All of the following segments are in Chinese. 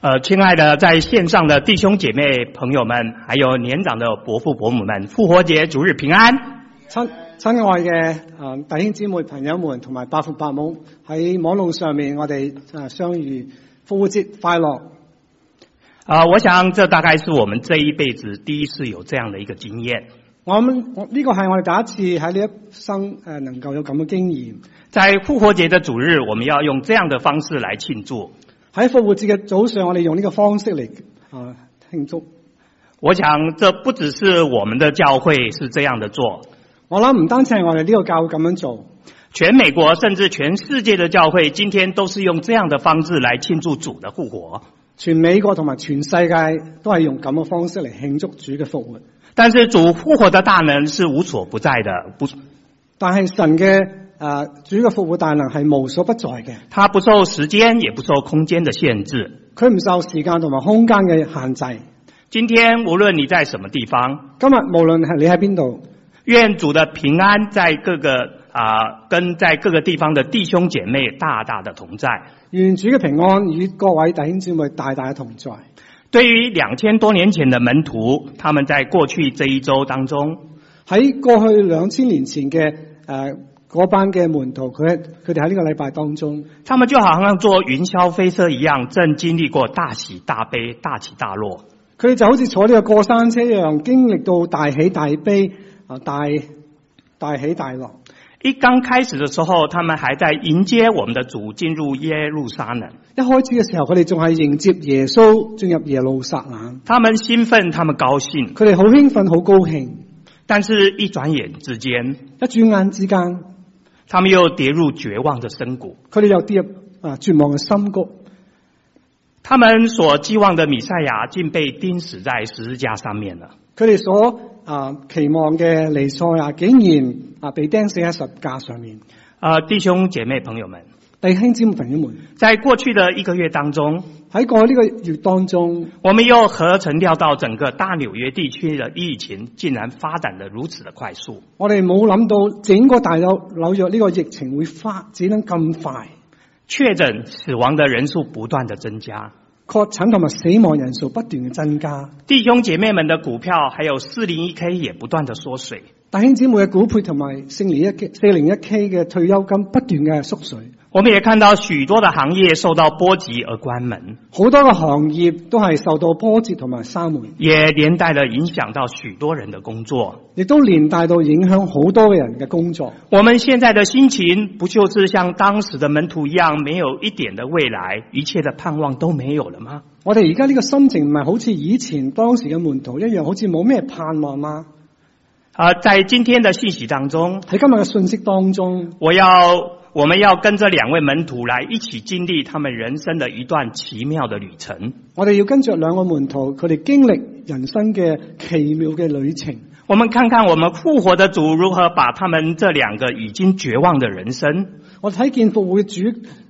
呃，亲爱的在线上的弟兄姐妹朋友们，还有年长的伯父伯母们，复活节主日平安！親親愛嘅啊弟兄姊妹朋友們同埋伯父伯母喺網路上面，我哋啊相遇，復活節快樂！啊、我想这大概是我们这一辈子第一次有这样的一个经验。我諗我呢個係我哋第一次喺呢一生誒能夠有咁嘅經驗。在复活节的主日，我们要用这样的方式来庆祝。喺復活節嘅早上，我哋用呢個方式嚟啊慶祝。我想这不只是我们的教会是这样的做，我諗唔單止係我哋呢個教會咁樣做，全美国甚至全世界的教会今天都是用这样的方式来庆祝主的复活。全美國同埋全世界都係用咁嘅方式嚟慶祝主嘅復活。但是主复活的大能是无所不在的，不，但係神嘅啊主嘅復活大能係無所不在嘅。它不受时间也不受空间的限制。佢唔受時間同埋空間嘅限制。今天无論你在什么地方，今日無論係你喺邊度，愿主的平安在各个啊、跟在各个地方的弟兄姐妹大大的同在。願主嘅平安與各位弟兄姊妹大大嘅同在。对于两千多年前的门徒，他们在过去这一周当中，喺過去兩千年前嘅誒嗰班嘅門徒，佢佢哋喺呢個禮拜當中，他们就好像坐云霄飞车一样，正经历过大喜大悲、大起大落。佢哋就好似坐呢個過山車一樣，經歷到大喜大悲啊，大大喜大樂。一刚开始的时候，他们还在迎接我们的主进入耶路撒冷，一開始嘅時候，佢哋仲係迎接耶穌進入耶路撒冷，他们兴奋，他们高兴。佢哋好興奮，好高興。但是，一转眼之间，一轉眼之間，他们又跌入绝望的深谷。佢哋又跌入啊絕望嘅深谷。他们所寄望的米赛亚，竟被钉死在十字架上面了。佢哋所啊期望嘅尼賽亞，竟然啊被釘死喺十架上面。呃，弟兄姐妹朋友们，弟兄姊妹朋友們，在过去的一个月当中，喺過去呢個月當中，我们又何曾料到整个大纽约地区的疫情竟然发展的如此的快速？我哋冇諗到整個大紐紐約呢個疫情會發展得咁快，确诊死亡的人数不断的增加，確診同埋死亡人數不斷嘅增加，弟兄姐妹们的股票还有四零一 k 也不断的缩水。弟兄姊妹嘅股票同埋四零一 K 四零一 K 嘅退休金不斷嘅縮水，我们也看到许多的行业受到波及而关门，好多嘅行業都係受到波折同埋沙門，也连带的影响到许多人的工作。亦都連帶到影響好多嘅人嘅工作。我们现在的心情，不就是像当时的门徒一样，没有一点的未来，一切的盼望都没有了吗？我哋而家呢個心情唔係好似以前當時嘅門徒一樣，好似冇咩盼望嘛。啊，在今天的信息当中，喺今日嘅信息當中，我要我们要跟这两位门徒来一起经历他们人生的一段奇妙的旅程。我哋要跟着兩個門徒，佢哋經歷人生嘅奇妙嘅旅程。我们看看我们复活的主如何把他们这两个已经绝望的人生，我睇見復活主，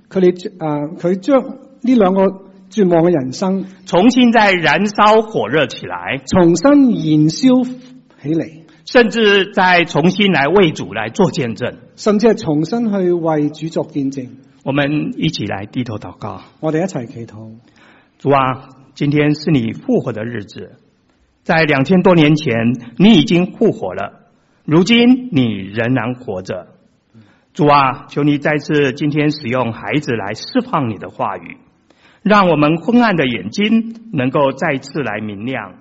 佢哋啊，佢將呢兩個絕望嘅人生重新再燃烧火热起来，重新燃燒起嚟，甚至再重新来为主来做见证。甚至係重新去為主作見證。我们一起来低头祷告。我哋一齊祈禱。主啊，今天是你复活的日子，在两千多年前你已经复活了，如今你仍然活着。主啊，求你再次今天使用孩子来释放你的话语，让我们昏暗的眼睛能够再次来明亮，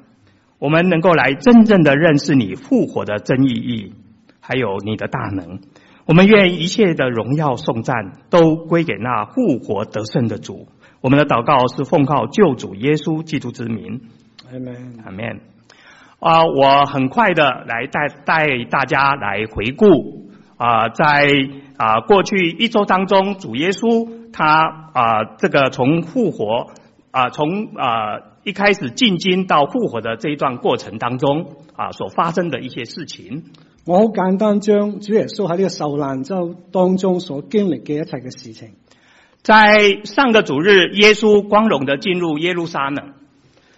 我们能够来真正的认识你复活的真意义，还有你的大能。我们愿一切的荣耀颂赞都归给那复活得胜的主。我们的祷告是奉靠救主耶稣基督之名，係咪？阿门。啊，我很快的来带带大家来回顾啊、在啊、过去一周当中，主耶稣他啊、这个从复活啊、从啊、一开始进京到复活的这一段过程当中啊、所发生的一些事情。我好簡單將主耶穌喺呢個受難之後當中所經歷嘅一切嘅事情。在上个主日，耶稣光荣的进入耶路撒冷，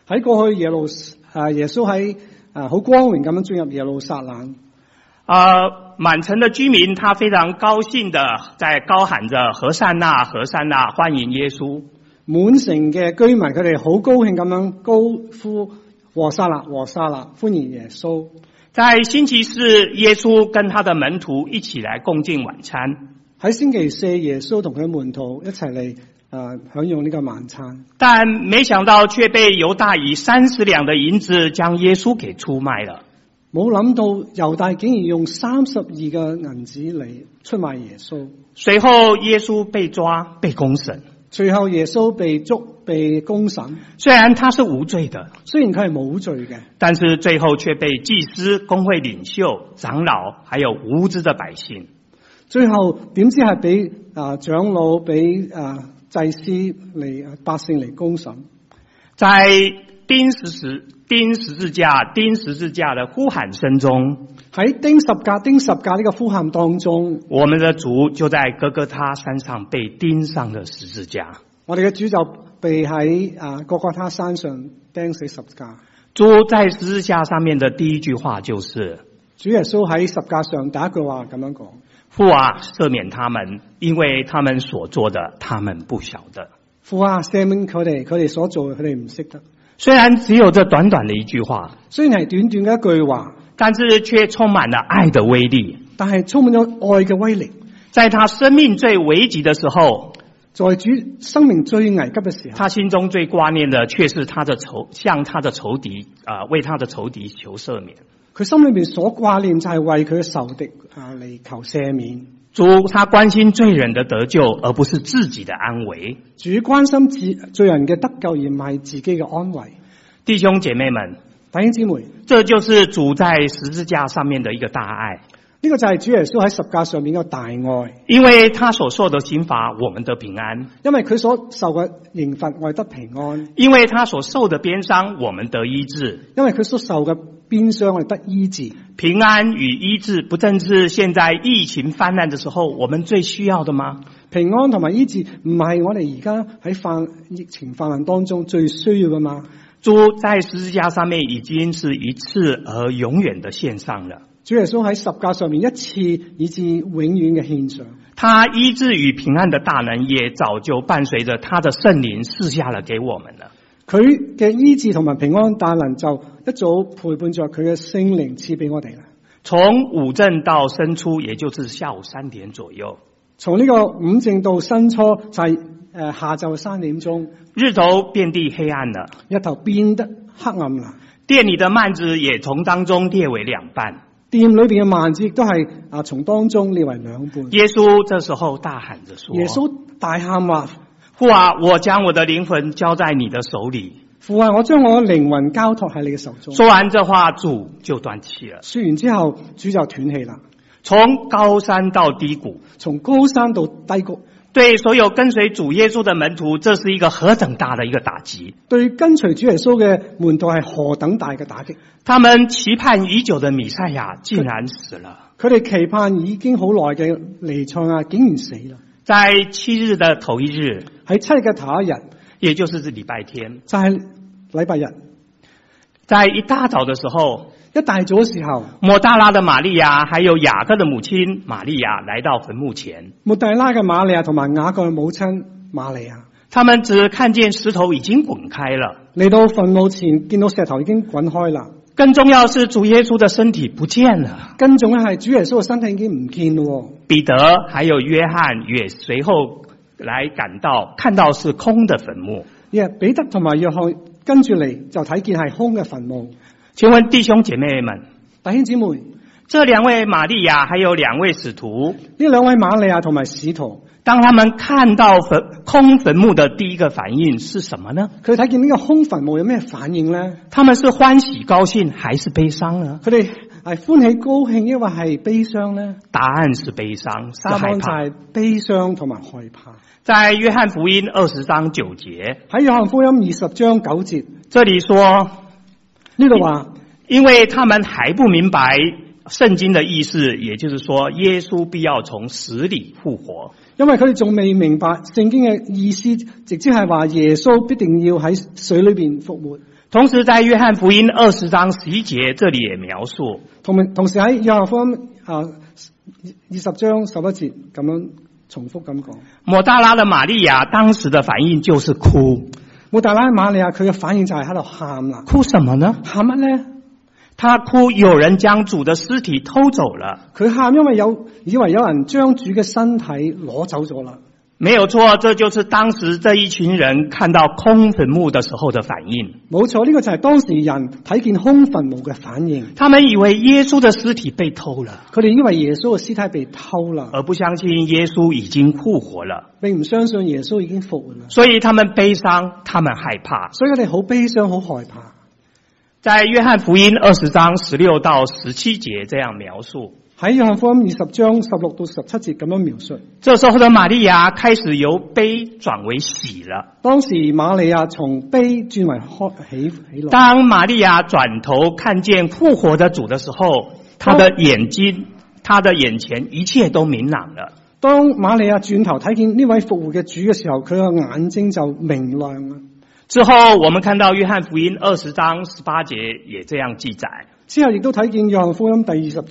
喺過去耶路啊，耶穌喺啊好光榮咁樣進入耶路撒冷，呃，满城的居民他非常高兴的在高喊着“和善呐，和善呐，欢迎耶稣”。滿城嘅居民，佢哋好高興咁樣高呼和沙勒和沙勒，歡迎耶穌。在星期四，耶稣跟他的门徒一起来共进晚餐，喺星期四，耶穌同佢門徒一齊嚟啊享用呢個晚餐，但没想到却被犹大以三十两的银子将耶稣给出卖了。冇諗到猶大竟然用三十二個銀子嚟出賣耶穌。随后，耶稣被抓被公审，最後耶穌被捉被公審，虽然他是无罪的，雖然佢係冇罪嘅，但是最后却被祭司、工会领袖、长老还有无知的百姓最後點知係俾啊長老俾啊祭司嚟啊百姓嚟公審。在钉十字、钉十字架、钉十字架的呼喊声中，喺钉十架、钉十架呢個呼喊當中，我们的主就在哥哥他山上被钉上了十字架。我哋嘅主就被喺啊各各他山上釘死十架。主在十字架上面的第一句话就是主耶穌喺十架上第一句話咁樣講：：“父啊，赦免他们，因为他们所做的，他们不晓得。父啊，赦免佢哋，佢哋所做嘅佢哋唔識得。”虽然只有这短短的一句话，雖然係短短嘅一句話，但是却充满了爱的威力。但係充滿咗愛嘅威力。在他生命最危急的时候，在主生命最危急嘅時候，他心中最挂念的却是他的仇，向他的仇敌啊、呃为他的仇敌求赦免。佢心裏面所掛念就係為佢嘅仇敵啊嚟求赦免。主他关心罪人的得救，而不是自己的安危。主關心自罪人嘅得救，而唔係自己嘅安慰。弟兄姐妹们，弟兄姊妹，这就是主在十字架上面的一个大爱。呢、個就係主耶穌喺十架上面嘅大愛，因为他所受的刑罚，我们得平安；因為佢所受嘅刑罰，我哋得平安；因为他所受的鞭伤，我们得医治。因為佢所受嘅鞭傷，我哋得醫治。平安与医治，不正是现在疫情泛滥的时候我们最需要的吗？平安同埋醫治唔係我哋而家喺泛疫情泛濫當中最需要噶嘛？主在十字架上面已经是一次而永远的献上了，主耶穌喺十架上面一次以至永遠嘅獻上，他医治与平安的大能也早就伴随着他的圣灵赐下了给我们了。佢嘅醫治同埋平安大能就一早陪伴着佢嘅聖靈賜俾我哋啦。从午正到申初，也就是下午三点左右，從呢個五正到新初就係、呃下晝三點鐘，日头遍地黑暗了，日頭變得黑暗啦。店里的幔子也从当中裂为两半。店裏边嘅幔子亦都係啊，从當中列為兩半。耶稣这时候大喊着说：“耶穌大喊話：父啊，我将我的灵魂交在你的手里。父啊，我將我靈魂交托喺你嘅手”中。说完这话，主就断气了。说完之後，主就斷氣啦。从高山到低谷，從高山到低谷，对所有跟随主耶稣的门徒，这是一个何等大的一个打击！對跟隨主耶穌嘅門徒係何等大嘅打擊！他们期盼已久的弥赛亚竟然死了。佢哋期盼已經好耐嘅尼賽亞竟然死啦。在七日的头一日，喺七日嘅頭一日，也就是礼拜天，就係禮拜日在一大早的时候，一大早嘅時候，抹大拉的玛利亚还有雅各的母亲玛利亚来到坟墓前，抹大拉嘅瑪利亞同埋雅各嘅母親瑪利亞他们只看见石头已经滾开了，嚟到墳墓前，見到石頭已經滾開啦。更重要是主耶稣的身体不见了。跟蹤咧係主耶穌嘅身體已經唔見咯彼得还有约翰也随后来赶到，看到是空的坟墓。喎，而係彼得同埋約翰跟住嚟就睇見係空嘅墳墓。请问弟兄姐妹们，弟兄姊妹，呢这两位玛利亚还有两位使徒，兩位瑪利亞同埋使徒，当他们看到坟空坟墓的第一个反应是什么呢？佢睇見呢個空墳墓有咩反應呢？他们是欢喜高兴还是悲伤呢？佢哋係歡喜高興，抑或係悲傷呢？答案是悲伤，是答害案就怕。係悲傷同埋害怕。在约翰福音二十章九节，喺約翰福音二十章九節这里说呢度話，因为他们还不明白圣经的意思，也就是说，耶稣必要从死里复活。因為佢哋仲未明白聖經嘅意思，直接係話耶穌必定要喺水裏邊復活。同时，在约翰福音二十章十一节这里也描述，同同時喺約翰福音啊二十章十一節咁樣重複咁講。抹大拉的玛利亚当时的反应就是哭，抹大拉瑪利亞佢嘅反應就係喺度喊啦，哭什么呢？喊乜咧？她哭有人将主的尸体偷走了。佢喊因為有以為有人將主嘅身體攞走咗啦。没有错，这就是当时这一群人看到空坟墓的时候的反应。冇錯，呢、個就係當時人睇見空墳墓嘅反應。他们以为耶稣的尸体被偷了，佢哋以為耶穌嘅屍體被偷啦，而不相信耶稣已经复活了，並唔相信耶穌已經復活啦，所以他们悲伤，他们害怕。所以佢哋好悲傷，好害怕。在约翰福音二十章十六到十七节这样描述。喺約翰福音二十章十六到十七節咁樣描述，这时候的玛利亚开始由悲转为喜了。當時瑪利亞從悲轉為開喜喜樂。当玛利亚转头看见复活的主的时候，她的眼睛，她的眼前一切都明朗了。當瑪利亞轉頭睇見呢位復活嘅主嘅時候，佢嘅眼睛就明亮啦。之后，我们看到约翰福音二十章十八节也这样记载，之後亦都睇見約翰福音第二十萬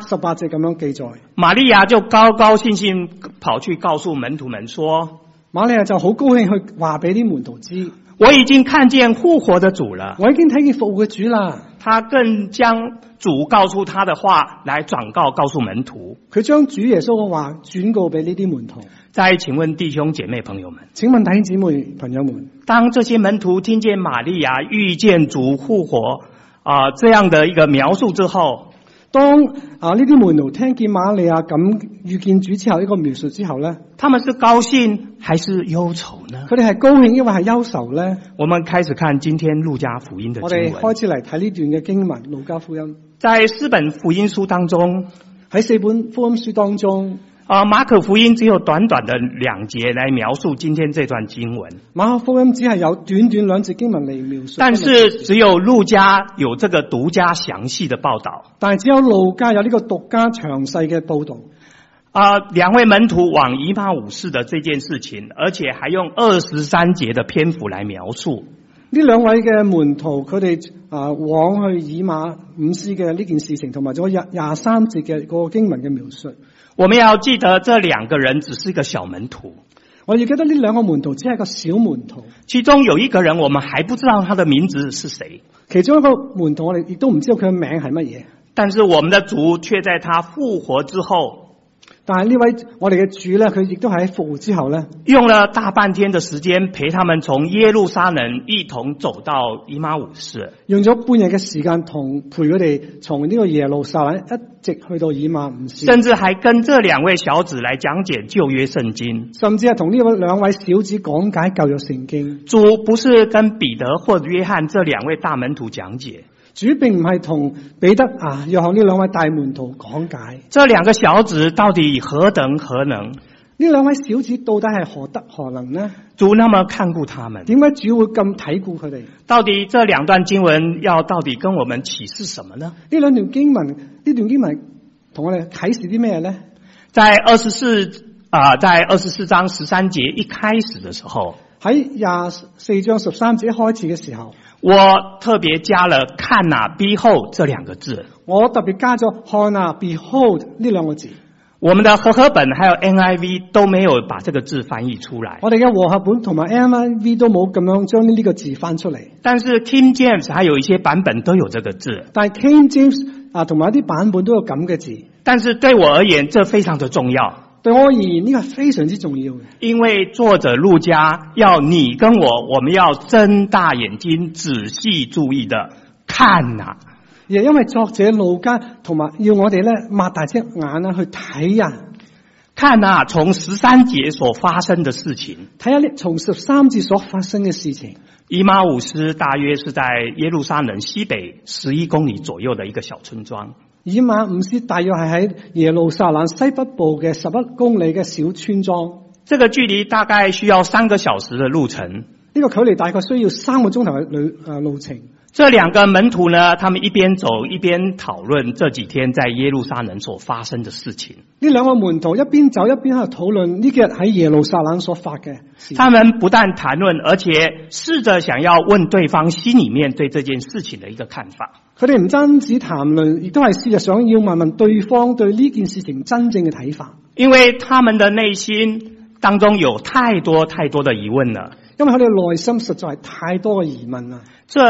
章十八節咁樣記載，玛利亚就高高兴兴跑去告诉门徒们说瑪利亞就好高興去話俾啲門徒知，：“我已经看见复活的主了。我已經睇見復活嘅主啦。”他更将主告诉他的话来转告告诉门徒。佢將主耶穌嘅話轉告俾呢啲門徒。再请问弟兄姐妹朋友们，請問弟兄姊妹朋友們，当这些门徒听见玛利亚遇见主复活啊、这样的一个描述之后，當啊呢啲門徒聽見瑪利亞咁遇見主之後呢個描述之後咧，他们是高兴还是忧愁呢？佢哋係高興抑或係憂愁咧？我们开始看今天路加福音的我经哋文，開始嚟睇呢段嘅經文《路加福音》。在四本福音书当中，喺四本福音書當中，啊，马可福音只有短短的两节来描述今天这段经文，馬可福音只係有短短兩節經文嚟描述。但是只有路加有这个独家详细的报道。但係只有路加有呢個獨家詳細嘅報導。啊，两位门徒往以马五世的这件事情，而且还用二十三节的篇幅来描述。呢兩位嘅門徒，佢哋啊往去以馬五斯嘅呢件事情，同埋咗廿廿三節嘅嗰個經文嘅描述。我们要记得，这两个人只是个小门徒，我亦記得呢兩個門徒只係個小門徒，其中有一个人我们还不知道他的名字是谁，其中一個門徒我哋亦都唔知道佢嘅名係乜嘢。但是我们的主却在他复活之后，但係呢位我哋嘅主咧，佢亦都係喺復活之後咧，用了大半天的时间陪他们从耶路撒冷一同走到以马五世。用咗半日嘅時間同陪佢哋從呢個耶路撒冷一直去到以馬五斯。甚至还跟这两位小子来讲解旧约圣经。甚至係同呢位兩位小子講解舊約聖經。主不是跟彼得或者约翰这两位大门徒讲解，主並唔係同彼得啊、約翰呢兩位大門徒講解。这两个小子到底何等何能？呢兩位小子到底係何德何能呢？主那么看顾他们，點解主會咁睇顧佢哋？呢到底这两段经文要到底跟我们启示什么呢？兩段經文，呢段經文同我哋啟示啲咩呢？在二十四啊，在二十四章十三节一开始的时候，喺廿四章十三節開始嘅時候，我特别加了“看哪、逼后”这两个字。我特別加咗看啊、behold 呢兩個字。我们的和合本还有 NIV 都没有把这个字翻译出来。我哋嘅和合本同埋 NIV 都冇咁樣將呢呢個字翻出嚟，但是 King James 还有一些版本都有这个字，但係 King James 啊同埋一啲版本都有咁嘅字。但是对我而言，这非常的重要，對我而言，呢個係非常之重要嘅，因为作者陆家要你跟我，我们要睁大眼睛，仔细注意的看呐、而係因為作者路加同埋要我哋咧擘大隻眼啊去睇啊，看呐、从十三节所发生的事情，睇下呢從十三節所發生嘅事情。伊马五斯大约是在耶路撒冷西北十一公里左右的一个小村庄。以馬五斯大約係喺耶路撒冷西北部嘅十一公里嘅小村莊，这个距离大概需要三个小时的路程。呢、個距離大概需要三個鐘頭嘅旅誒路程。这两个门徒呢，他们一边走一边讨论这几天在耶路撒冷所发生的事情。呢兩個門徒一邊走一邊喺度討論呢幾日喺耶路撒冷所發嘅事。他们不但谈论，而且试着想要问对方心里面对这件事情的一个看法。佢哋唔單止談論，亦都係試着想要問問對方對呢件事情真正嘅睇法。因为他们的内心当中有太多太多的疑問了。因為佢哋內心實在係太多嘅疑問啊啦。这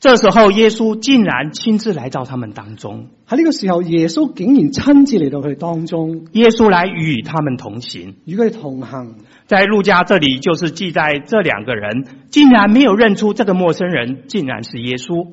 这时候，耶穌竟然親自來到他們當中，喺呢個時候，耶穌竟然親自嚟到佢哋當中，耶穌來與他們同行。與佢哋同行。在路加这里就是记载这两个人竟然没有认出这个陌生人竟然是耶稣，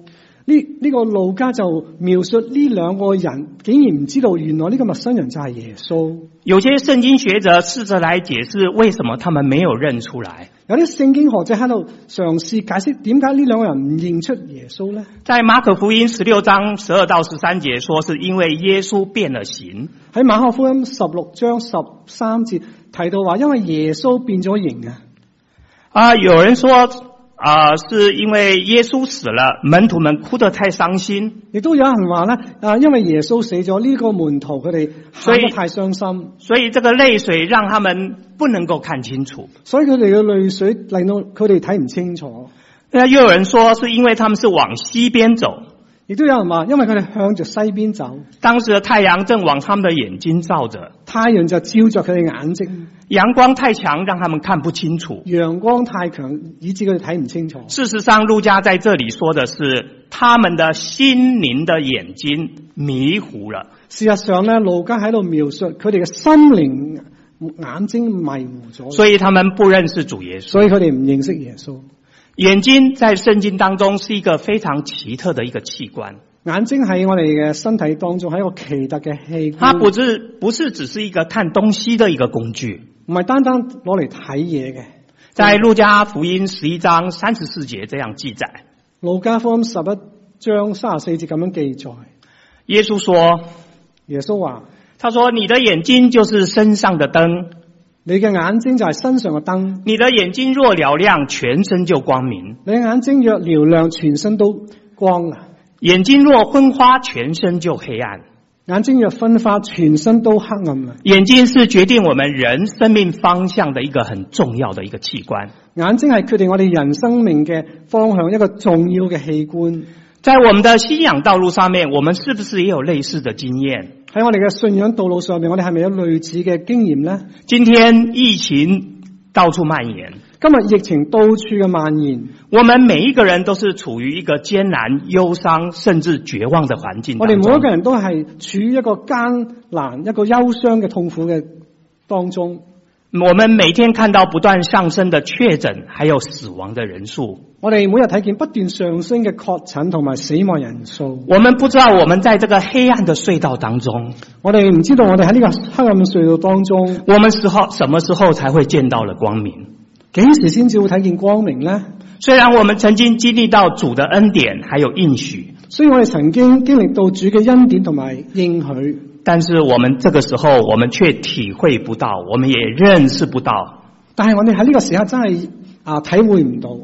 呢呢、個路加就描述呢兩個人竟然唔知道，原來呢個陌生人就係耶穌。有些聖經學者试着来解釋为什么他们没有认出來。有啲聖經學者喺度嘗試解釋點解呢兩個人唔認出耶穌呢？在马可福音十六章十二到十三节说，是因为耶穌变了形。喺馬可福音十六章十三節提到話，因為耶穌變咗形啊。啊、有人说啊、是因为耶穌死了，门徒们哭得太伤心，亦都有人話咧，啊，因為耶穌死咗，呢、個門徒佢哋喊所得以太傷心，所以这个泪水让他們不能够看清楚。所以佢哋嘅淚水令到佢哋睇唔清楚。那又有人说，是因为他们是往西边走，亦都有人話，因為佢哋向住西邊走，当时的太阳正往他们的眼睛照着，太陽就照着佢哋眼睛，阳光太强，让他们看不清楚。陽光太強，以致佢哋睇唔清楚。事实上，路加在这里说的是他们的心灵的眼睛迷糊了。事實上咧，路加喺度描述佢哋嘅心靈眼睛迷糊咗，所以他们不认识主耶稣。所以佢哋唔認識耶穌。眼睛在圣经当中是一个非常奇特的一个器官，眼睛喺我哋嘅身體當中係一個奇特嘅器它官，不是不是只是一个看东西的一个工具。唔係單單攞嚟睇嘢嘅。在路加福音十一章三十四节这样记载，路加福音十一章三十四節咁樣記載，耶稣说耶穌話：：“他说你的眼睛就是身上的灯，你嘅眼睛就係身上嘅燈，你的眼睛若嘹亮，全身就光明；你嘅眼睛若嘹亮，全身都光啦；眼睛若昏花，全身就黑暗。眼睛若昏花，全身都黑暗啦。眼睛是决定我们人生命方向的一个很重要的一个器官。眼睛係決定我哋人生命嘅方向一個重要嘅器官。在我们的信仰道路上面，我们是不是也有类似的经验？喺我哋嘅信仰道路上面，我哋係咪有類似嘅經驗呢？今天疫情到处蔓延，今日疫情到處嘅蔓延，我们每一个人都是处于一个艰难、忧伤甚至绝望的环境我当哋每一個中。人都係處於一個艱難、一個憂傷嘅痛苦嘅當中。我们每天看到不断上升的确诊，还有死亡的人数，我哋每日睇見不斷上升嘅確診同埋死亡人數，我们不知道我们在这个黑暗的隧道当中，我哋唔知道我哋喺呢個黑暗隧道當中，我们时候什么时候才會见到了光明？幾時先至會睇見光明呢？虽然我们曾经经历到主的恩典还有应许，雖然我哋曾經經歷到主嘅恩典同埋應許，但是我们这个时候我们却体会不到，我们也认识不到，但係我哋喺呢個時刻真係啊體會唔到，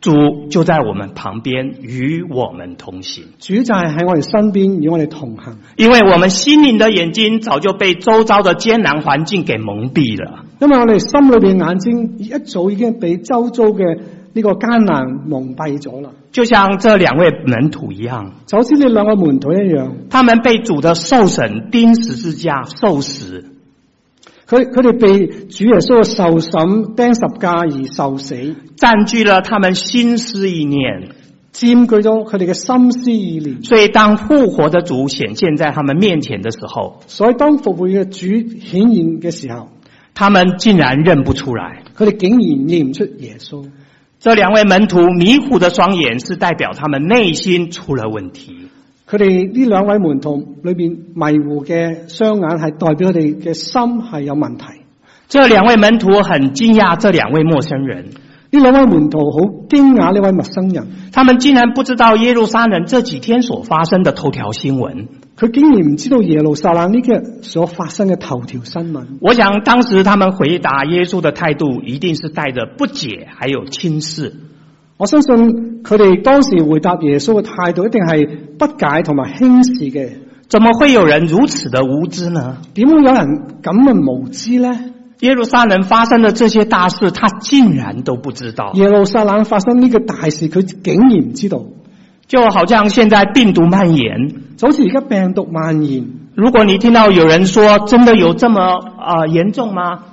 主就在我们旁边与我们同行，主就係喺我哋身邊與我哋同行。因为我们心灵的眼睛早就被周遭的艰难环境给蒙蔽了。因為我哋心裏边眼睛一早已經俾周遭嘅呢個艱難蒙蔽咗啦，就像这两位门徒一样，就好似呢兩個門徒一樣，他们被主的受审、钉十字架、受死，佢佢哋被主耶穌嘅受審釘十架而受死，占据了他们心思意念。佔據咗佢哋嘅心思意念。所以，当复活的主显现在他们面前的时候，所以當復活嘅主顯現嘅時候，他们竟然认不出来。佢哋竟然認唔出耶穌。这两位门徒迷糊的双眼是代表他们内心出了问题。佢哋呢兩位門徒裏边迷糊嘅雙眼係代表佢哋嘅心係有問題。这两位门徒很惊讶，这两位陌生人，呢兩位門徒好驚訝呢位陌生人。他们竟然不知道耶路撒冷这几天所发生的头条新闻。佢竟然唔知道耶路撒冷呢幾日所發生嘅頭條新聞。我想，当时他们回答耶稣的态度一定是带着不解还有轻视。我相信佢哋當時回答耶穌嘅態度一定係不解同埋輕視嘅。怎么会有人如此的无知呢？點會有人咁嘅無知呢？耶路撒冷发生的这些大事，他竟然都不知道。耶路撒冷發生呢個大事，佢竟然唔知道。就好像现在病毒蔓延，就好似而家病毒蔓延，如果你听到有人说真的有这么啊、呃严重吗？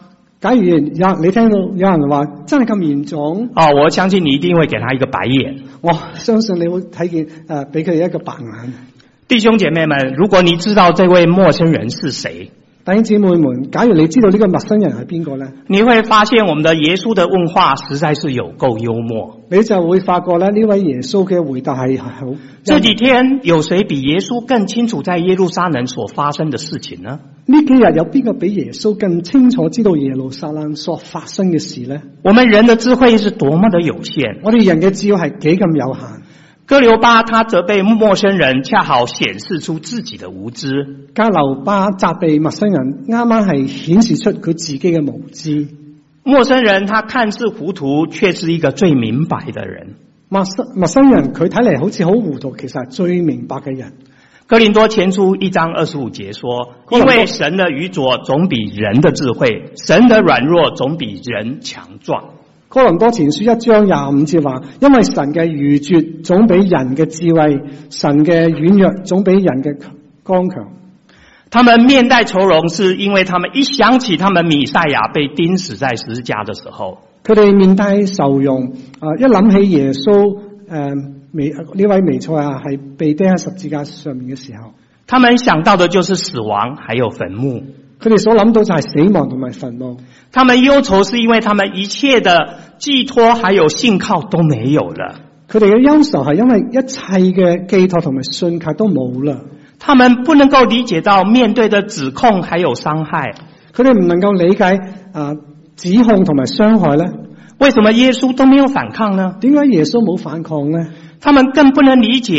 假如有人你聽到有人話真係咁嚴重，啊、我相信你一定会给他一个白眼。我相信你會睇見诶，呃俾佢哋一個白眼。弟兄姐妹们，如果你知道这位陌生人是谁，弟兄姊妹們，假如你知道呢個陌生人係邊個咧，你会发现我们的耶稣的问话实在是有够幽默。你就會發覺咧呢位耶穌嘅回答係係好。这几天有谁比耶稣更清楚在耶路撒冷所发生的事情呢？呢幾日有邊個比耶穌更清楚知道耶路撒冷所發生嘅事咧？我们人的智慧是多么的有限。我哋人嘅智慧係幾咁有限。哥留巴他责备陌生人，恰好显示出自己的无知。加流巴責備陌生人，啱啱係顯示出佢自己嘅無知。陌生人他看似糊涂，却是一个最明白的人。陌生陌生人佢睇嚟好似好糊塗，其實係最明白嘅人。哥林多前书一章二十五节说：“哥因林多为神的愚拙总比人的智慧，神的软弱总比人强壮。哥林多前書一章廿五節話：因為神嘅愚拙總比人嘅智慧，神嘅軟弱總比人嘅剛強。他们面带愁容，是因为他们一想起他们米赛亚被钉死在十字架的时候，佢哋面帶愁容，啊！一諗起耶穌诶弥呢位彌賽亞係被釘喺十字架上面嘅時候，他们想到的就是死亡还有墳墓。佢哋所諗到就係死亡同埋墳墓。他们忧愁，是因为他们一切的寄托还有信靠都没有了。佢哋嘅憂愁係因為一切嘅寄託同埋信靠都冇啦。他们不能够理解到面对的指控还有伤害，佢哋唔能夠理解啊指控同埋傷害咧，为什么耶稣都没有反抗呢？點解耶穌冇反抗咧？他们更不能理解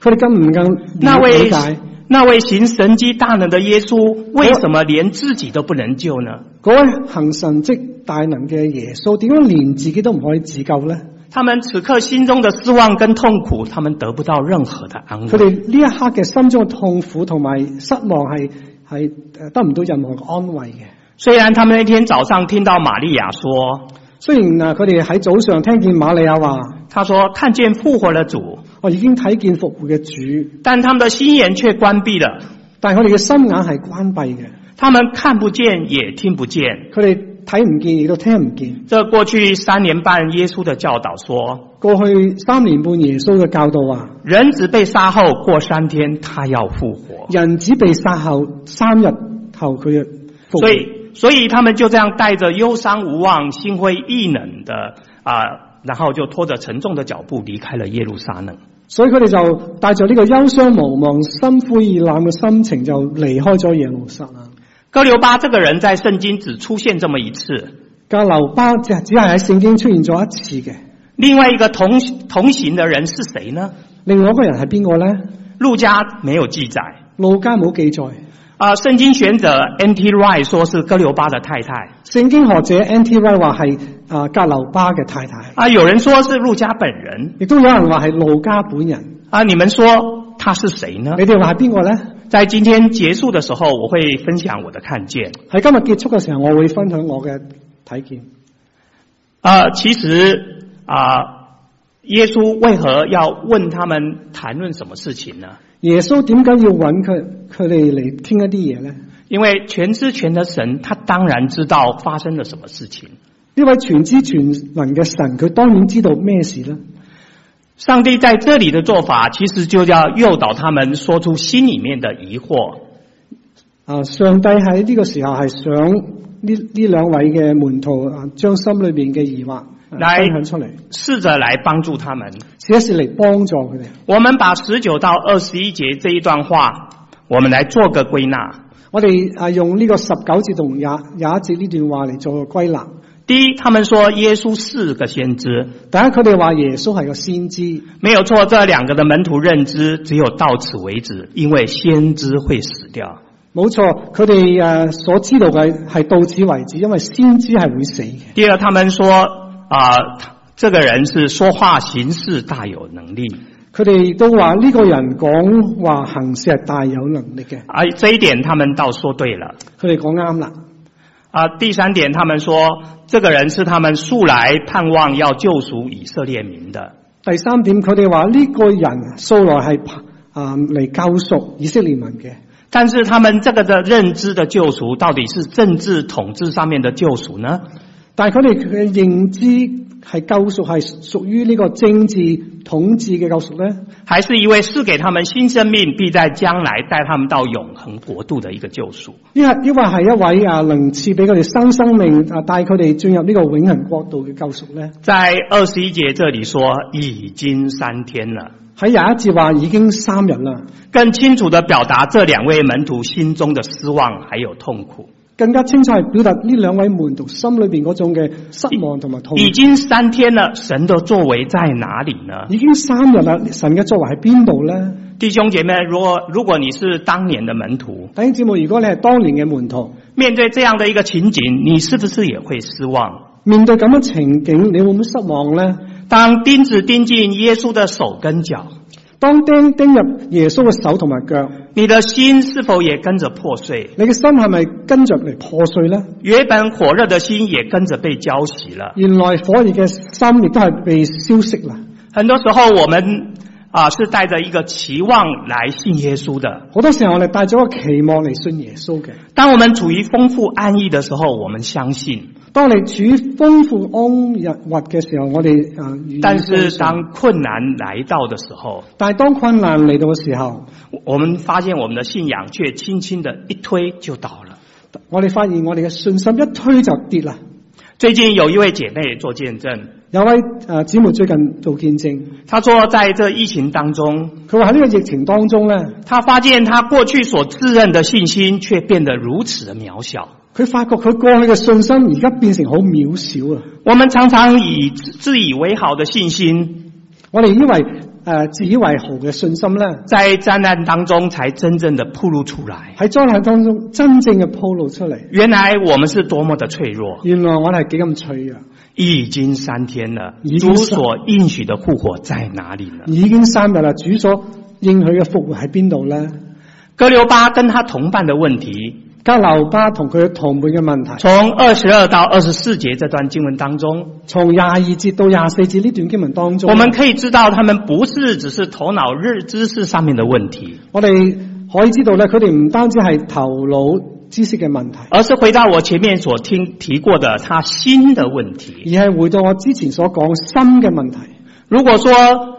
佢哋更唔更那理位解那位行神迹大能的耶稣，为什么连自己都不能救呢？嗰位行神蹟大能嘅耶穌點解連自己都唔可以自救咧？他们此刻心中的失望跟痛苦，他们得不到任何的安佢慰。哋呢一刻嘅心中嘅痛苦同埋失望係係誒得唔到任何嘅安慰嘅。虽然他们那天早上听到玛利亚说，雖然啊，佢哋喺早上聽見瑪利亞話：哦她说看見复活的主，我已經睇見復活嘅主，但他们的心眼却关闭了，但係佢哋嘅心眼係關閉嘅，他们看不见也听不见。佢哋睇唔見亦都聽唔見。这过去三年半耶稣的教导说，過去三年半耶穌嘅教導話：人子被杀后过三天他要复活，人子被殺後三日後佢嘅復活所。以所以他们就这样带着忧伤无望、心灰意冷的啊、然后就拖着沉重的脚步离开了耶路撒冷。所以佢哋就帶着呢個憂傷無望、心灰意冷嘅心情，就離開咗耶路撒冷。哥留巴这个人在圣经只出现这么一次，格流巴只只係喺聖經出現咗一次嘅。另外一个同同行的人是谁呢？另外一個人係邊個咧？路加没有记载路加冇記載。啊、圣经学者 N.T. Wright 说是哥留巴的太太聖經學者 N.T. Wright 話係啊格流巴嘅太太，啊、有人说是路加本人亦都有人話係路加本人。啊、你们說他是谁呢？你哋話係邊個咧？在今天结束的时候，我会分享我的看见。喺今日結束嘅時候，我會分享我嘅睇見。啊，其实啊、耶穌為何要問他們談論什麼事情呢？耶穌點解要揾佢佢哋嚟傾一啲嘢咧？因為全知全的神，他當然知道發生了什麼事情。呢位全知全能嘅神，佢當然知道咩事啦。上帝在這裡的做法，其實就要誘導他們說出心裡面的疑惑。啊，上帝喺呢個時候係想呢呢兩位嘅門徒啊，將心裏面嘅疑惑啊嚟分享出嚟，试着來幫助他們。試一試嚟幫助佢哋。我們把十九到二十一節這一段話，我們來做個歸納。我哋啊用呢個十九節同廿廿一節呢段話嚟做個歸納。第一，他們說耶穌是個先知，第一，佢哋話耶穌係個先知，没有错，这两个的门徒认知只有到此为止，因为先知会死掉。冇錯。佢哋誒所知道嘅係到此為止，因為先知係會死嘅。第二，他们说啊、这个人是说话行事大有能力，佢哋亦都話呢個人講話行事係大有能力嘅，啊，这一点他们倒说对了。佢哋講啱啦。啊、第三点，他们说这个人是他们素来盼望要救赎以色列民的。第三點，佢哋話呢個人素來係啊嚟救贖以色列民嘅。但是他们这个的认知的救赎，到底是政治统治上面的救赎呢，但係佢哋嘅認知係救贖係屬於呢個政治統治嘅救贖咧，还是一位赐给他们新生命，必在将来带他们到永恒国度的一个救赎？因為因為係一位啊能賜俾佢哋新生命啊，帶佢哋進入呢個永恒國度嘅救贖咧。在二十一节这里说已经三天了，喺廿一節話已經三日啦，更清楚的表达这两位门徒心中的失望还有痛苦。更加清楚係表達呢兩位門徒心裏邊嗰種嘅失望同埋痛苦。已经三天了，神的作为在哪里呢？已經三日啦，神嘅作為喺邊度咧？弟兄姐妹，如果如果你是当年的门徒，弟兄姊妹，如果你係當年嘅門徒，面对这样的一个情景，你是不是也会失望？面對咁嘅情景，你會唔會失望咧？当钉子钉进耶稣的手跟脚，當釘釘入耶穌嘅手同埋腳，你的心是否也跟着破碎？你嘅心係咪跟着嚟破碎咧？原本火热的心也跟着被浇熄了。原來火熱嘅心亦都係被消熄啦。很多时候，我们啊是带着一个期望来信耶稣的。好多時候我哋帶咗個期望嚟信耶穌嘅。当我们处于丰富安逸的时候，我们相信；當你處於豐富安逸物嘅時候，我哋啊，願意但相是信当困难来到的时候，但係當困難嚟到嘅時候，我们发现我们的信仰却轻轻的一推就倒了。我哋發現我哋嘅信心一推就跌啦。最近有一位姐妹做见证，有位啊姊妹最近做見證，她说在这疫情当中，佢話喺呢個疫情當中咧，她发现她过去所自认的信心却变得如此的渺小。佢發覺佢過去嘅信心而家變成好渺小啊！我们常常以自自以为好的信心，我哋以為诶、呃自以為豪嘅信心咧，在灾难当中才真正的暴露出来。喺災難當中真正嘅鋪露出嚟。原来我们是多么的脆弱，原來我哋係幾咁脆弱，已经三天了已，主经三所应许的复活在哪里呢？已經三日啦。主所應許嘅復活喺邊度咧？哥留巴跟他同伴的问题，加流巴同佢嘅同伴嘅問題，从二十二到二十四节这段经文当中，從廿二節到廿四節呢段經文當中，我们可以知道他们不是只是头脑日知识上面的问题，我哋可以知道咧，佢哋唔單止係頭腦知識嘅問題，而是回到我前面所听提过的他心的问题。而係回到我之前所講心嘅問題。如果说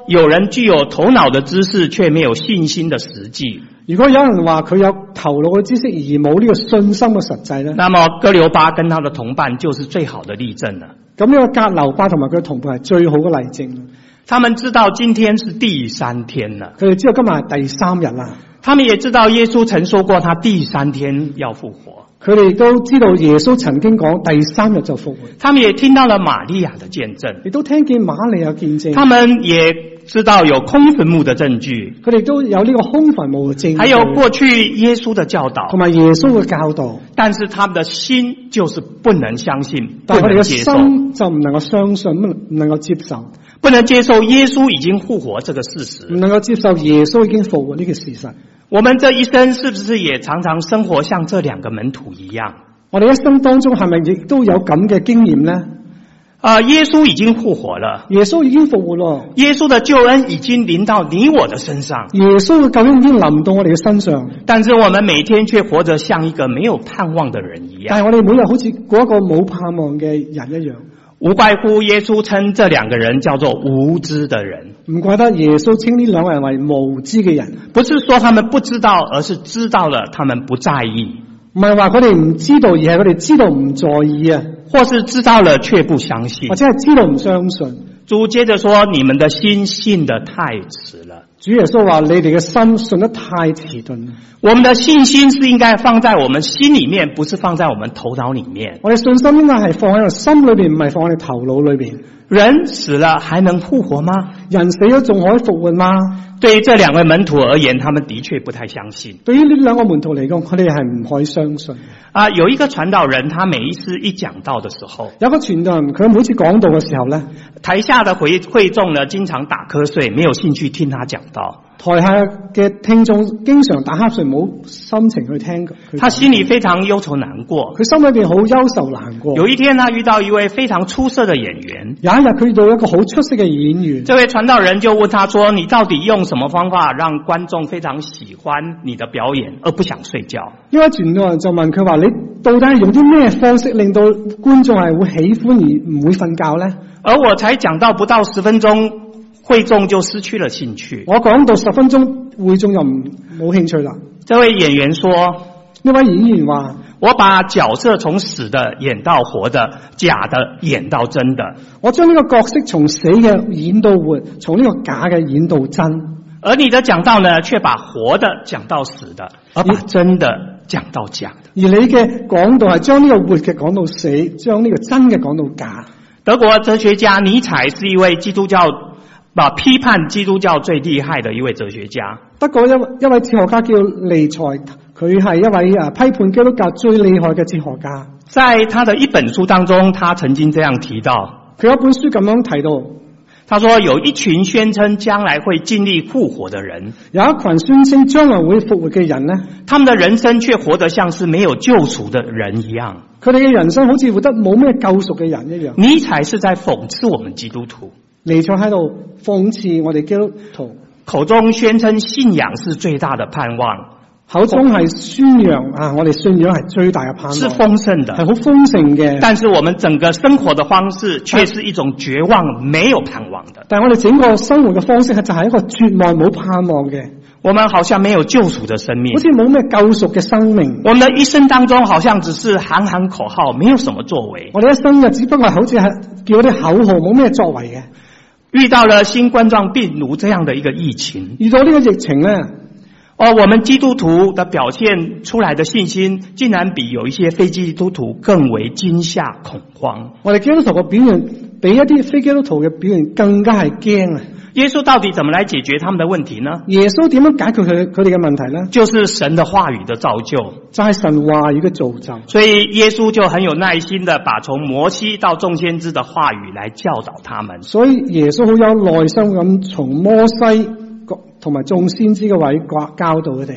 有人具有头脑的知识却没有信心的实际，如果有人話佢有頭腦嘅知識而冇呢個信心嘅實際咧，那么哥留巴跟他的同伴就是最好的例证了。咁呢個格流巴同埋佢嘅同伴係最好嘅例證啦。他们知道今天是第三天了，佢哋知道今日係第三日啦，他们也知道耶稣曾说过他第三天要复活，佢哋都知道耶穌曾經講第三日就復活，他们也聽到了瑪利亞的見證，亦都聽見馬利亞見證，他们也知道有空墳墓的證據，佢哋都有呢個空墳墓嘅證據还有过去耶穌的教同导，埋耶穌嘅教導，但是他们的心就是不能相信，不但係佢哋能嘅接受，心就唔能夠相信，唔能夠接受，不能接受耶穌已經复活這個事唔實。能夠接受耶穌已經復活呢個事實。我們這一生是不是也常常生活像这兩個門徒一樣？我哋一生當中係咪亦都有咁嘅經驗呢？啊，耶穌已經复活了，耶穌已經復活咯。耶穌的救恩已經臨到你我的身上。耶穌嘅救恩已經臨到我哋嘅身上，但是我们每天却活着像一个没有盼望的人一样，但係我哋每日好似過一個冇盼望嘅人一樣，无怪乎耶稣称这两个人叫做无知的人，唔怪得耶穌稱呢兩個人為無知嘅人，不是说他们不知道，而是知道了他们不在意，唔係話佢哋唔知道，而係佢哋知道唔在意啊，或是知道了却不相信或。者係知道唔相信。主接着说：“你们的心信得太迟了。主耶穌話：你哋嘅心信得太遲鈍啦，我们的信心是应该放在我们心里面，不是放在我们头脑里面。我哋信心應該係放喺我心裏邊，唔係放喺我哋頭腦裏邊。人死了还能复活吗？人死咗仲可以復活嗎？对于这两位門徒而言，他们的确不太相信。對於呢兩個門徒嚟講，佢哋係唔可以相信。啊，有一个传道人，他每一次一讲道的时候，有一個傳道人，佢每次講道嘅時候咧。台下的会会众呢，经常打瞌睡，没有兴趣听他讲道。台下嘅聽眾經常打瞌睡，冇心情去聽佢。佢他心里非常忧愁难过。佢心裏边好憂愁難過。有有一天，他遇到一位非常出色的演员，一日佢遇到一個好出色嘅演員，这位传道人就问他说：“你到底用什么方法让观众非常喜欢你的表演，而不想睡觉呢位傳道人就問佢話：你到底係用啲咩方式令到觀眾係會喜歡而唔會瞓覺呢？？”而我才讲到不到十分钟，会众就失去了兴趣。我講到十分鐘，會眾又唔冇興趣啦。这位演员说呢位演員話：：“我把角色从死的演到活的，假的演到真的。我將呢個角色從死嘅演到活，從呢個假嘅演到真。而你的讲道呢，却把活的讲到死的，而把真的讲到假的。而你嘅講道係將呢個活嘅講到死，將呢個真嘅講到假。德国哲学家尼采是一位基督教，啊，批判基督教最厉害的一位哲学家。德國一位一位哲學家叫尼采，佢係一位啊批判基督教最厲害嘅哲學家。在他的一本书当中，他曾经这样提到，佢有一本書咁樣提到，他说有一群宣称将来会尽力复活的人，有一群宣稱將來會復活嘅人呢，他们的人生却活得像是没有救赎的人一样。佢哋嘅人生好似活得冇咩救贖嘅人一樣。尼采是在讽刺我们基督徒，尼采喺度諷刺我哋基督徒，口中宣称信仰是最大的盼望，口中係宣揚啊，我哋信仰係最大嘅盼是望。丰盛的系，好丰盛嘅，但是我们整个生活的方式却是一种绝望、没有盼望的。但系我哋整個生活嘅方式係就係一個絕望冇盼望嘅，我们好像没有救赎的生命好，似冇咩救赎嘅生命。我们的一生当中好像只是喊喊口号，没有什么作为。我哋一生嘅啊只不過係好似係叫啲口號，冇咩作為嘅。遇到了新冠状病毒这样的一个疫情，遇到呢個疫情啊咧，而我们基督徒的表现出来的信心，竟然比有一些非基督徒更为惊吓恐慌。我哋基督徒嘅表現比一啲非基督徒嘅表現更加係驚啊！耶稣到底怎么来解决他们的问题呢？耶穌點樣解決佢佢哋嘅問題咧？就是神的话语的造就。就係神話語嘅造就。所以耶稣就很有耐心的把从摩西到众先知的话语来教导他们。所以耶穌好有耐心咁從摩西同埋眾先知嘅位教教導佢哋。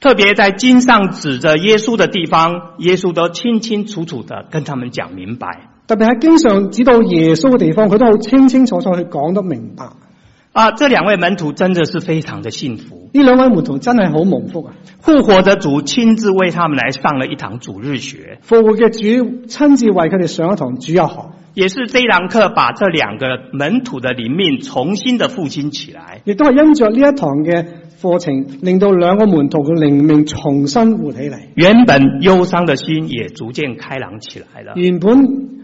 特别在经上指着耶稣的地方，耶稣都清清楚楚的跟他们讲明白。特別係經常指導耶穌嘅地方，佢都好清清楚楚去講得明白。呢啊，这两位门徒真的是非常的幸福。兩位門徒真係好蒙福啊！复活的主亲自为他们来上了一堂主日学，復活嘅主親自為佢哋上一堂主日學，也是这一堂课把这两个门徒的灵命重新的复兴起来。亦都係因着呢一堂嘅課程，令到兩個門徒嘅靈命重新活起嚟。原本忧伤的心也逐渐开朗起来了。原本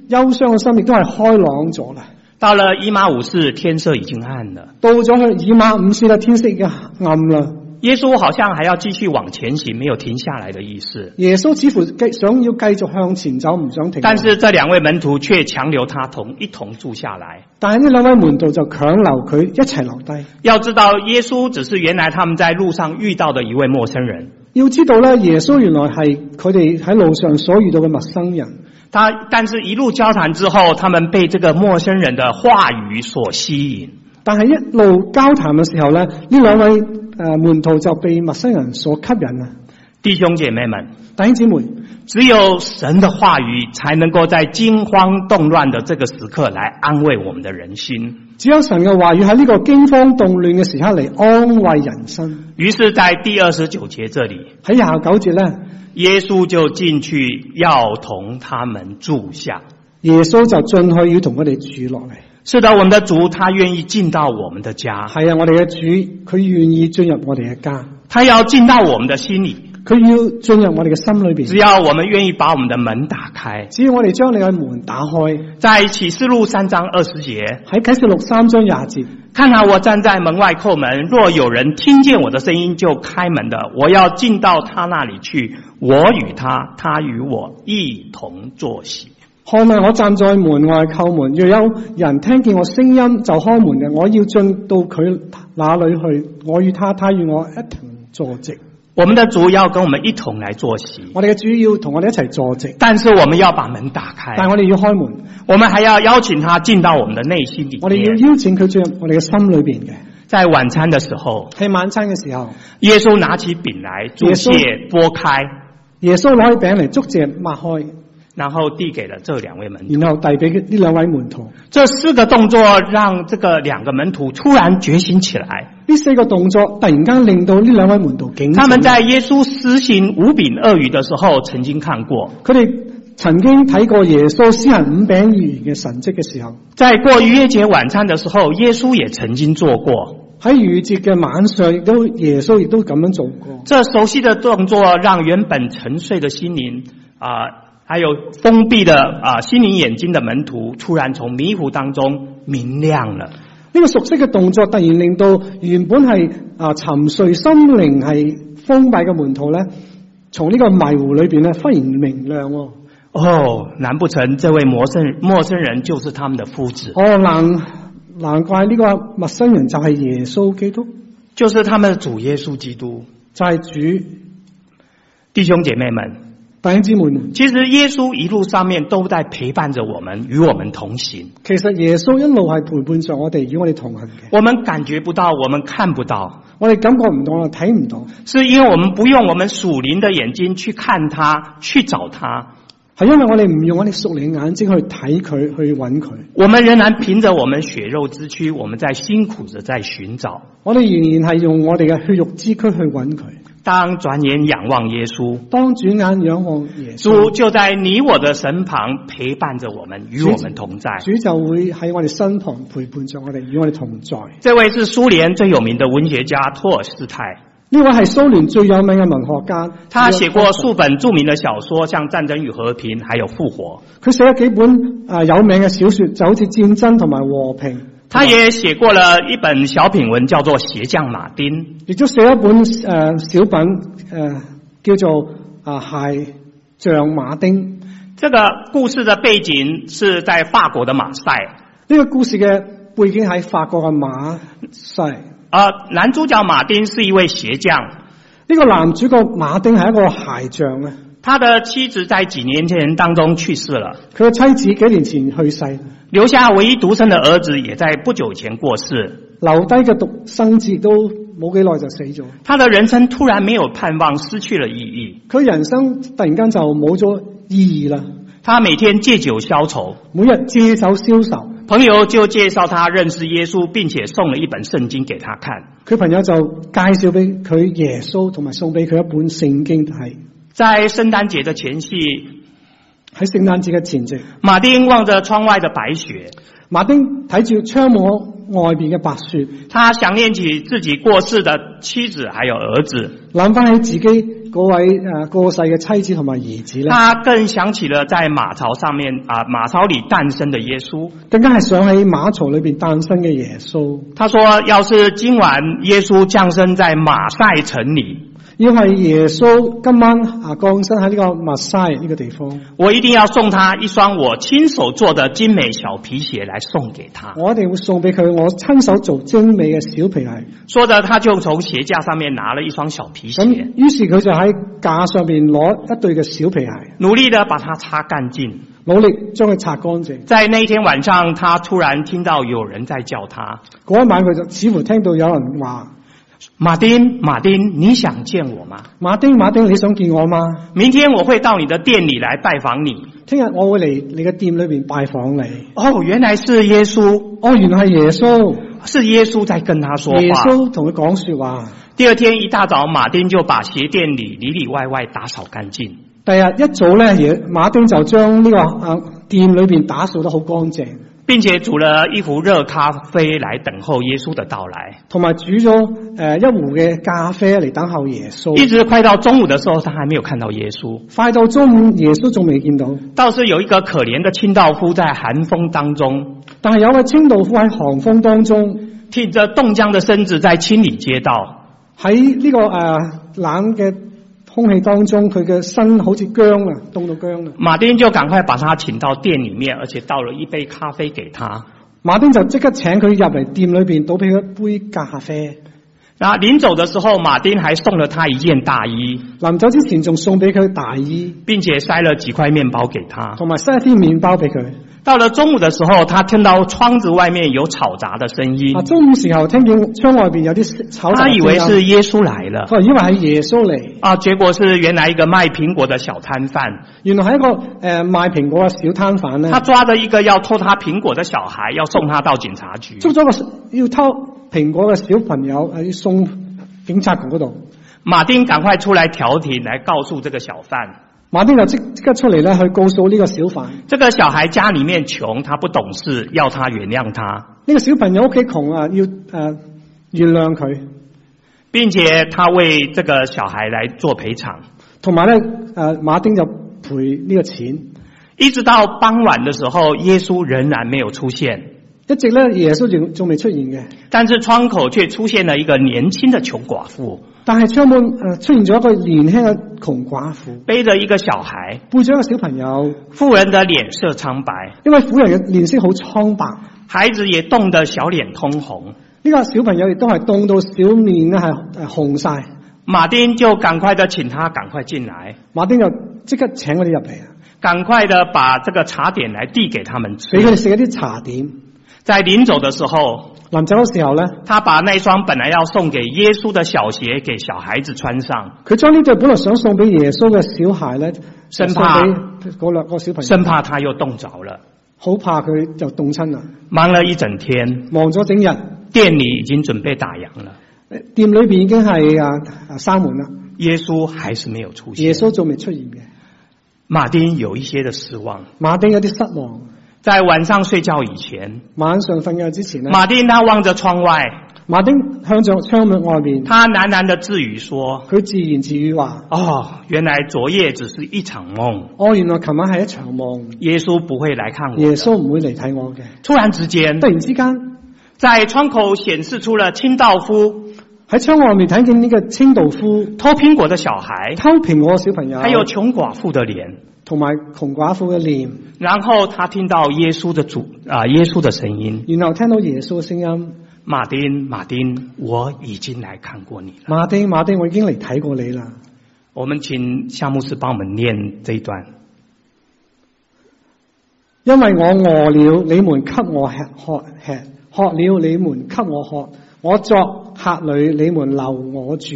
憂傷嘅心亦都係開朗咗啦。到了伊马五世，天色已经暗了。到咗去以馬五斯啦，天色已經暗啦。耶稣好像还要继续往前行，没有停下来的意思。耶穌似乎繼想要繼續向前走，唔想停。但是这两位门徒却强留他同一同住下来。但係呢兩位門徒就強留佢一齊留低。要知道，耶稣只是原来他们在路上遇到的一位陌生人，要知道咧，耶穌原來係佢哋喺路上所遇到嘅陌生人，他但是一路交谈之后，他们被这个陌生人的话语所吸引，但係一路交談嘅時候咧，呢兩位誒門徒就被陌生人所吸引啊！弟兄姐妹们。弟兄姊妹，只有神的话语才能够在惊慌动乱的这个时刻来安慰我们的人心。只有神嘅話語喺呢個驚慌動亂嘅時刻嚟安慰人生。于是，在第二十九节这里，喺廿九節咧，耶稣就进去要同他们住下，耶穌就進去要同佢哋住落嚟。是的，我们的主他愿意进到我们的家，係啊，我哋嘅主佢願意進入我哋嘅家，他要进到我们的心里。佢要進入我哋嘅心裏只邊。要我们愿意把我们的门打开，只要我哋將你嘅門打開，在启示录三章二十节，喺啟示錄三章廿節。看好我站在门外叩门，若有人听见我的声音就开门的，我要进到他那里去，我与他，他与我一同坐席。看啊！我站在門外叩門，若有人聽見我聲音就開門嘅，我要進到佢那裏去，我與他，他與我一同坐席。我们的主要跟我们一同来坐席，我哋嘅主要同我哋一齊坐席，但是我们要把门打开，但我哋要開門，我们还要邀请他进到我们的内心里我哋要面。邀請佢進入我哋嘅心裏邊嘅。在晚餐的时候，喺晚餐嘅時候，耶稣拿起饼来，祝谢耶，拨开，耶穌攞起餅嚟祝謝擘開，然后遞给了这两位门徒。然後遞俾呢兩位門徒。这四个动作让这个两个门徒突然觉醒起来。呢四個動作突然間令到呢兩位門徒警醒。他们在耶稣施行五饼二鱼的时候曾经看过，佢哋曾經睇過耶穌施行五餅二魚嘅神蹟嘅時候，在过逾越节晚餐的时候，耶稣也曾经做过。喺逾越節嘅晚上，亦都耶穌亦都咁樣做過。这熟悉的动作让原本沉睡的心灵啊、还有封闭的啊、心灵眼睛的门徒，突然从迷糊当中明亮了。呢個熟悉嘅動作，突然令到原本係啊沉睡心靈係封閉嘅門徒咧，從呢個迷糊裏邊咧忽然明亮喎、哦，难不成这位陌生陌生人就是他们的夫子，哦，難難怪呢個陌生人就係耶穌基督，就是他们的主耶稣基督？就係主弟兄姐妹们，弟兄姊妹們。其实耶稣一路上面都在陪伴着我们，与我们同行。其實耶穌一路係陪伴着我哋，與我哋同行嘅。我们感觉不到，我们看不到，我哋感覺唔到啦，睇唔到，是因为我们不用我们属灵的眼睛去看他，去找他。係因為我哋唔用我哋熟練眼睛去睇佢，去揾佢。我们仍然凭着我们血肉之躯，我们在辛苦的在寻找。我哋仍然係用我哋嘅血肉之躯去揾佢。当转眼仰望耶稣，當轉眼仰望耶穌。主就在你我的身旁陪伴着我们，与我们同在。主就會喺我哋身旁陪伴着我哋，與我哋同在。这位是苏联最有名的文学家托尔斯泰，呢位係蘇聯最有名嘅文學家，他写过数本著名的小说，像《战争与和平》还有《复活》。佢寫咗幾本啊有名嘅小說，就好似《戰爭》同埋《和平》，他也写过了一本小品文，叫做《鞋匠马丁》。亦都寫咗一本誒、呃小品誒、呃叫做啊鞋像馬丁。这个故事的背景是在法国的马赛，呢、個故事嘅背景喺法國嘅馬西。呢、呃，男主角马丁是一位鞋匠，個男主角馬丁係一個鞋匠啊，他的妻子在几年前当中去世了，佢嘅妻子幾年前去世，留下唯一独生的儿子也在不久前过世。留低嘅獨生子都冇幾耐就死咗。他的人生突然没有盼望，失去了意义。佢人生突然間就冇咗意義啦，他每天借酒消愁，每日借酒消愁。朋友就介绍他认识耶稣，并且送了一本圣经给他看。佢朋友就介紹俾佢耶穌，同埋送俾佢一本聖經睇。在圣诞节的前夕，喺聖誕節嘅前夕，马丁望着窗外的白雪，馬丁睇住窗網外邊嘅白雪，他想念起自己过世的妻子还有儿子，諗翻起自己嗰位誒、呃、過世嘅妻子同埋兒子咧，他更想起了在马槽上面啊马槽里诞生的耶稣。更加係想起馬槽裏邊誕生嘅耶穌。他说：“要是今晚耶稣降生在马赛城里，因為耶穌今晚啊降生喺呢個麥西呢個地方，我一定要送他一双我亲手做的精美小皮鞋来送给他。我一定會送俾佢我親手做精美嘅小皮鞋。”说着，他就从鞋架上面拿了一双小皮咁鞋，於是佢就喺架上邊攞一對嘅小皮鞋，努力的把它擦干净。努力將佢擦乾淨。在那天晚上，他突然听到有人在叫他嗰一晚佢就似乎聽到有人話：：“马丁，马丁，你想见我吗？”馬丁，馬丁，你想見我嗎？明天我会到你的店里来拜访你。聽日我會嚟你嘅店裏邊拜訪你。哦，原来是耶稣，哦，原來係耶穌，是耶稣在跟他说耶话。穌同佢講説話。第二天一大早，马丁就把鞋店里里里外外打扫干净。第日一早咧，耶馬丁就將呢、個啊店裏邊打掃得好乾淨，并且煮了一壶热咖啡来等候耶稣的到来，同埋煮咗誒、一壺嘅咖啡嚟等候耶穌。一直快到中午的时候，他还没有看到耶稣。快到中午，耶穌仲未見到，倒是有一个可怜的清道夫在寒风当中，但係有位清道夫喺寒風當中。挺着冻僵的身子在清理街道。喺呢、個誒、冷嘅空氣當中，佢嘅身好似僵啊，凍到僵啦。马丁就赶快把他请到店里面，而且倒了一杯咖啡给他。馬丁就即刻請佢入嚟店裏邊倒俾佢一杯咖啡。然后临走的时候，马丁还送了他一件大衣，臨走之前仲送俾佢大衣，并且塞了几块面包给他。同埋塞一啲麵包俾佢。到了中午的时候，他听到窗子外面有吵杂的声音啊，，中午時候聽見窗外邊有啲炒雜他以為嘅聲是音啊耶穌来了佢以為係耶穌嚟，啊，结果是原来一个卖苹果的小摊贩，原來係一個诶、呃、卖苹果嘅小攤販咧他，抓着一个要偷他蘋果的小孩，要送他到警察局。捉咗個要偷蘋果嘅小朋友，呃係要送警察局嗰度。马丁赶快出来调停，来告诉这个小贩。馬丁就即即刻出嚟咧，去告訴呢個小販，呢、这个小孩家里面穷，他不懂事，要他原谅他，個小朋友屋企窮啊，要诶、呃原諒佢，并且他为这个小孩来做赔偿。同埋咧诶馬丁就賠呢個錢。一直到傍晚的时候，耶稣仍然没有出现，一直咧耶穌仲仲未出現嘅，但是窗口却出现了一个年轻的穷寡妇，但係窗門诶出現咗一個年輕嘅窮寡婦，背着一个小孩。背咗一個小朋友。妇人的脸色苍白，因為婦人嘅面色好蒼白，呢、孩子也冻得小脸通红。個小朋友亦都係凍到小面咧係誒紅晒。马丁就赶快的请他赶快进来，馬丁就即刻請佢哋入嚟，啊赶快的把这个茶点来递给他们俾佢吃。哋食一啲茶點。在临走的时候，臨走嘅時候咧，他把那双本来要送给耶稣的小鞋给小孩子穿上，佢將呢對本來想送俾耶穌嘅小孩咧，生送怕俾嗰兩個小朋友，生怕他又冻着了。好怕佢就凍親啦。忙了一整天，忙咗整日，呃店里已经准备打烊了，店裏邊已經係啊啊閂門啦，耶稣还是没有出耶现。穌仲未出現嘅。马丁有一些的失望，馬丁有啲失望。在晚上睡觉以前，晚上瞓覺之前咧，马丁他望着窗外，馬丁向着窗門外面，他喃喃的自语说佢自言自語話：：“哦，原来昨夜只是一场梦，我哦原來琴晚係一場夢，耶稣不会来看我。”耶穌唔會嚟睇我嘅。突然之间突，然之間在窗口显示出了清道夫喺窗外面睇見呢個清道夫偷苹果的小孩，偷蘋果嘅小朋友，还有穷寡妇的脸。同埋窮寡婦嘅臉，然后他听到耶稣的主啊、耶稣的声音，然後聽到耶穌嘅聲音：马丁，马丁，我已經来看过你了。馬丁，馬丁，我已經嚟睇過你啦。我们请夏牧师帮我们念这一段。因為我餓了，你們給我吃喝吃；渴了，你們給我喝。我作客旅，你們留我住；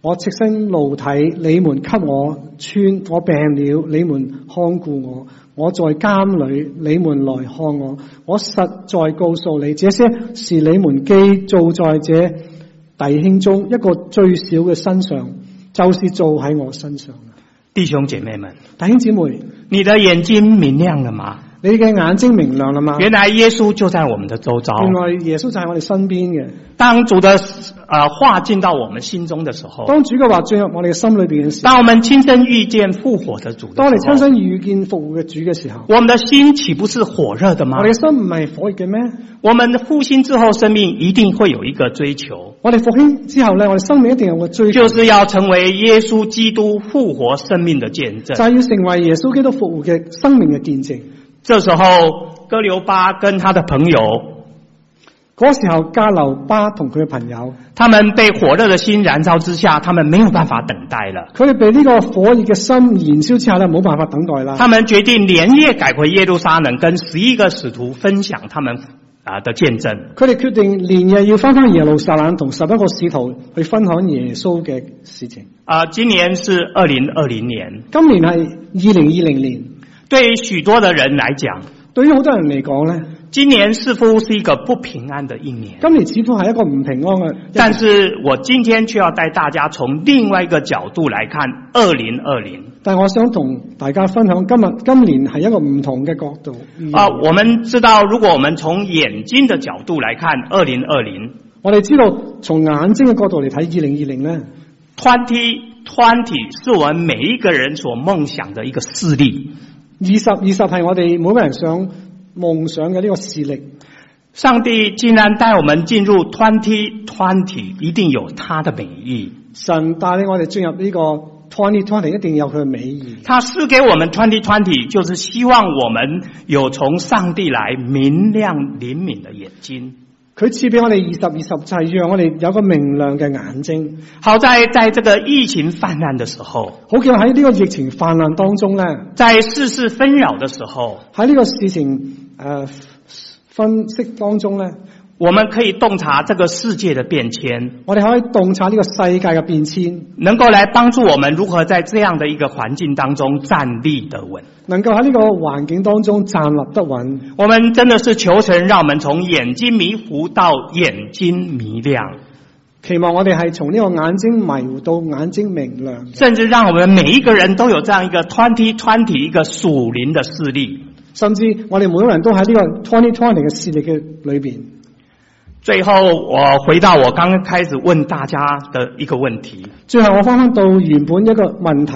我赤身露體，你們給我穿；我病了，你們看顧我；我在監裏，你們來看我。我實在告訴你，這些是你們既做在這弟兄中一個最小嘅身上，就是做喺我身上。弟兄姐妹们，弟兄姊妹，你的眼睛明亮了吗？你嘅眼睛明亮啦嘛？原来耶稣就在我们的周遭。原來耶穌就喺我哋身邊嘅。当主的呃话进到我们心中的时候，當主嘅話進入我哋嘅心裏邊嘅時候，当我们亲身遇见复活的主當你的时親候，身遇見復活嘅主嘅時候，我们的心岂不是火热的吗我？哋嘅心唔係火熱嘅咩？我们的复兴之后，生命一定会有一个追求。我哋復興之後咧，我哋生命一定有個追求，就是要成为耶稣基督复活生命的见就证。係要成為耶穌基督復活嘅生命嘅見證。这时候，哥留巴跟他的朋友，嗰時候，加流巴同佢嘅朋友，他们被火热的心燃烧之下，他们没有办法等待了，佢哋被呢個火熱嘅心燃燒之下咧，冇辦法等待啦。他们决定连夜赶回耶路撒冷，跟十一个使徒分享他们啊的见证。佢哋決定連夜要翻返耶路撒冷，同十一個使徒去分享耶穌嘅事情。啊、今年是二零二零年，今年係二零二零年，对于许多的人来讲，對於好多人嚟講咧，今年似乎是一个不平安的一年。今年似乎係一個唔平安嘅一年。但是我今天却要带大家从另外一个角度来看二零二零。但我想同大家分享今日今年係一個唔同嘅角度。嗯啊，我们知道，如果我们从眼睛的角度来看，二零二零我哋知道從眼睛嘅角度嚟睇，二零二零咧， twenty twenty 是我们每一个人所梦想的一个势力。二十二十係我哋每個人想夢想嘅呢個視力。上帝既然带我们进入 twenty twenty，一定有他的美意。神帶領我哋進入呢個 twenty twenty，一定有佢嘅美意。他赐给我们 twenty twenty，就是希望我们有从上帝来明亮灵敏的眼睛。佢赐俾我哋二十二十就系让我哋有个明亮嘅眼睛，好在在这个疫情泛滥的时候，好叫喺呢个疫情泛滥当中咧，在世事纷扰的时候，喺呢个事情诶、呃分析当中咧，我们可以洞察这个世界的变迁，我哋可以洞察呢个世界嘅变迁，能够来帮助我们如何在这样的一个环境当中站立得稳。能够喺呢个环境当中站立得稳。我们真的是求神，让我们从眼睛迷糊到眼睛明亮，期望我哋系从呢个眼睛迷糊到眼睛明亮，甚至让我们每一个人都有这样一个 twenty twenty 一个属灵的视力。甚至我哋每个人都喺呢个 twenty twenty 嘅视力嘅里边。最后，我回到我刚刚开始问大家的一个问题最后我翻翻到原本一个问题，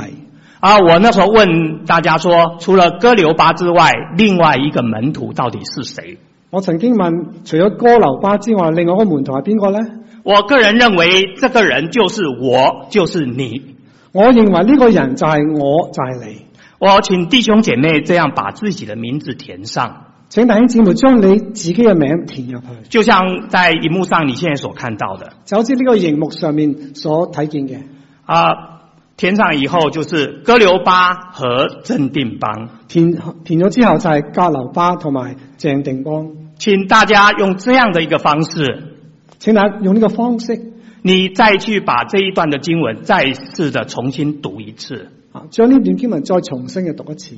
啊，我那时候问大家说，除了哥留巴之外，另外一个门徒到底是谁？我曾經問，除咗哥流巴之外，另外一個門徒係邊個呢？我个人认为，这个人就是我，就是你。我認為呢個人就係我，就係你。我请弟兄姐妹这样把自己的名字填上，請弟兄姊妹將你自己嘅名填入去，就像在荧幕上你现在所看到的就好似呢個熒幕上面所睇見嘅，啊，填上以后就是哥留巴和正定邦。填填咗之後就係格流巴同埋鄭定邦。请大家用这样的一个方式，請大家用呢個方式你再去把这一段的经文再次的重新读一次，啊，將呢段經文再重新嘅讀一次，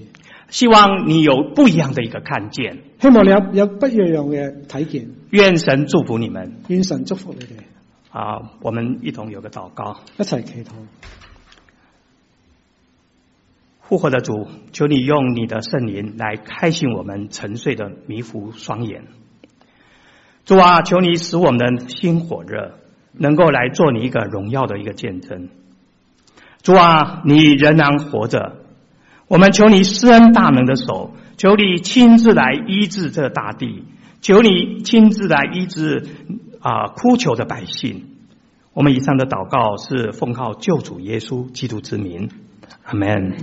希望你有不一样的一个看见。希望你有有不一樣嘅睇見。愿神祝福你们願神祝福你哋，啊！我们一同有个祷告。一齊祈禱。复活的主，求你用你的圣灵来开醒我们沉睡的迷糊双眼。主啊，求你使我们的心火热，能够来做你一个荣耀的一个见证。主啊，你仍然活着，我们求你施恩大能的手，求你亲自来医治这大地，求你亲自来医治啊、哭求的百姓。我们以上的祷告是奉靠救主耶稣基督之名，阿门。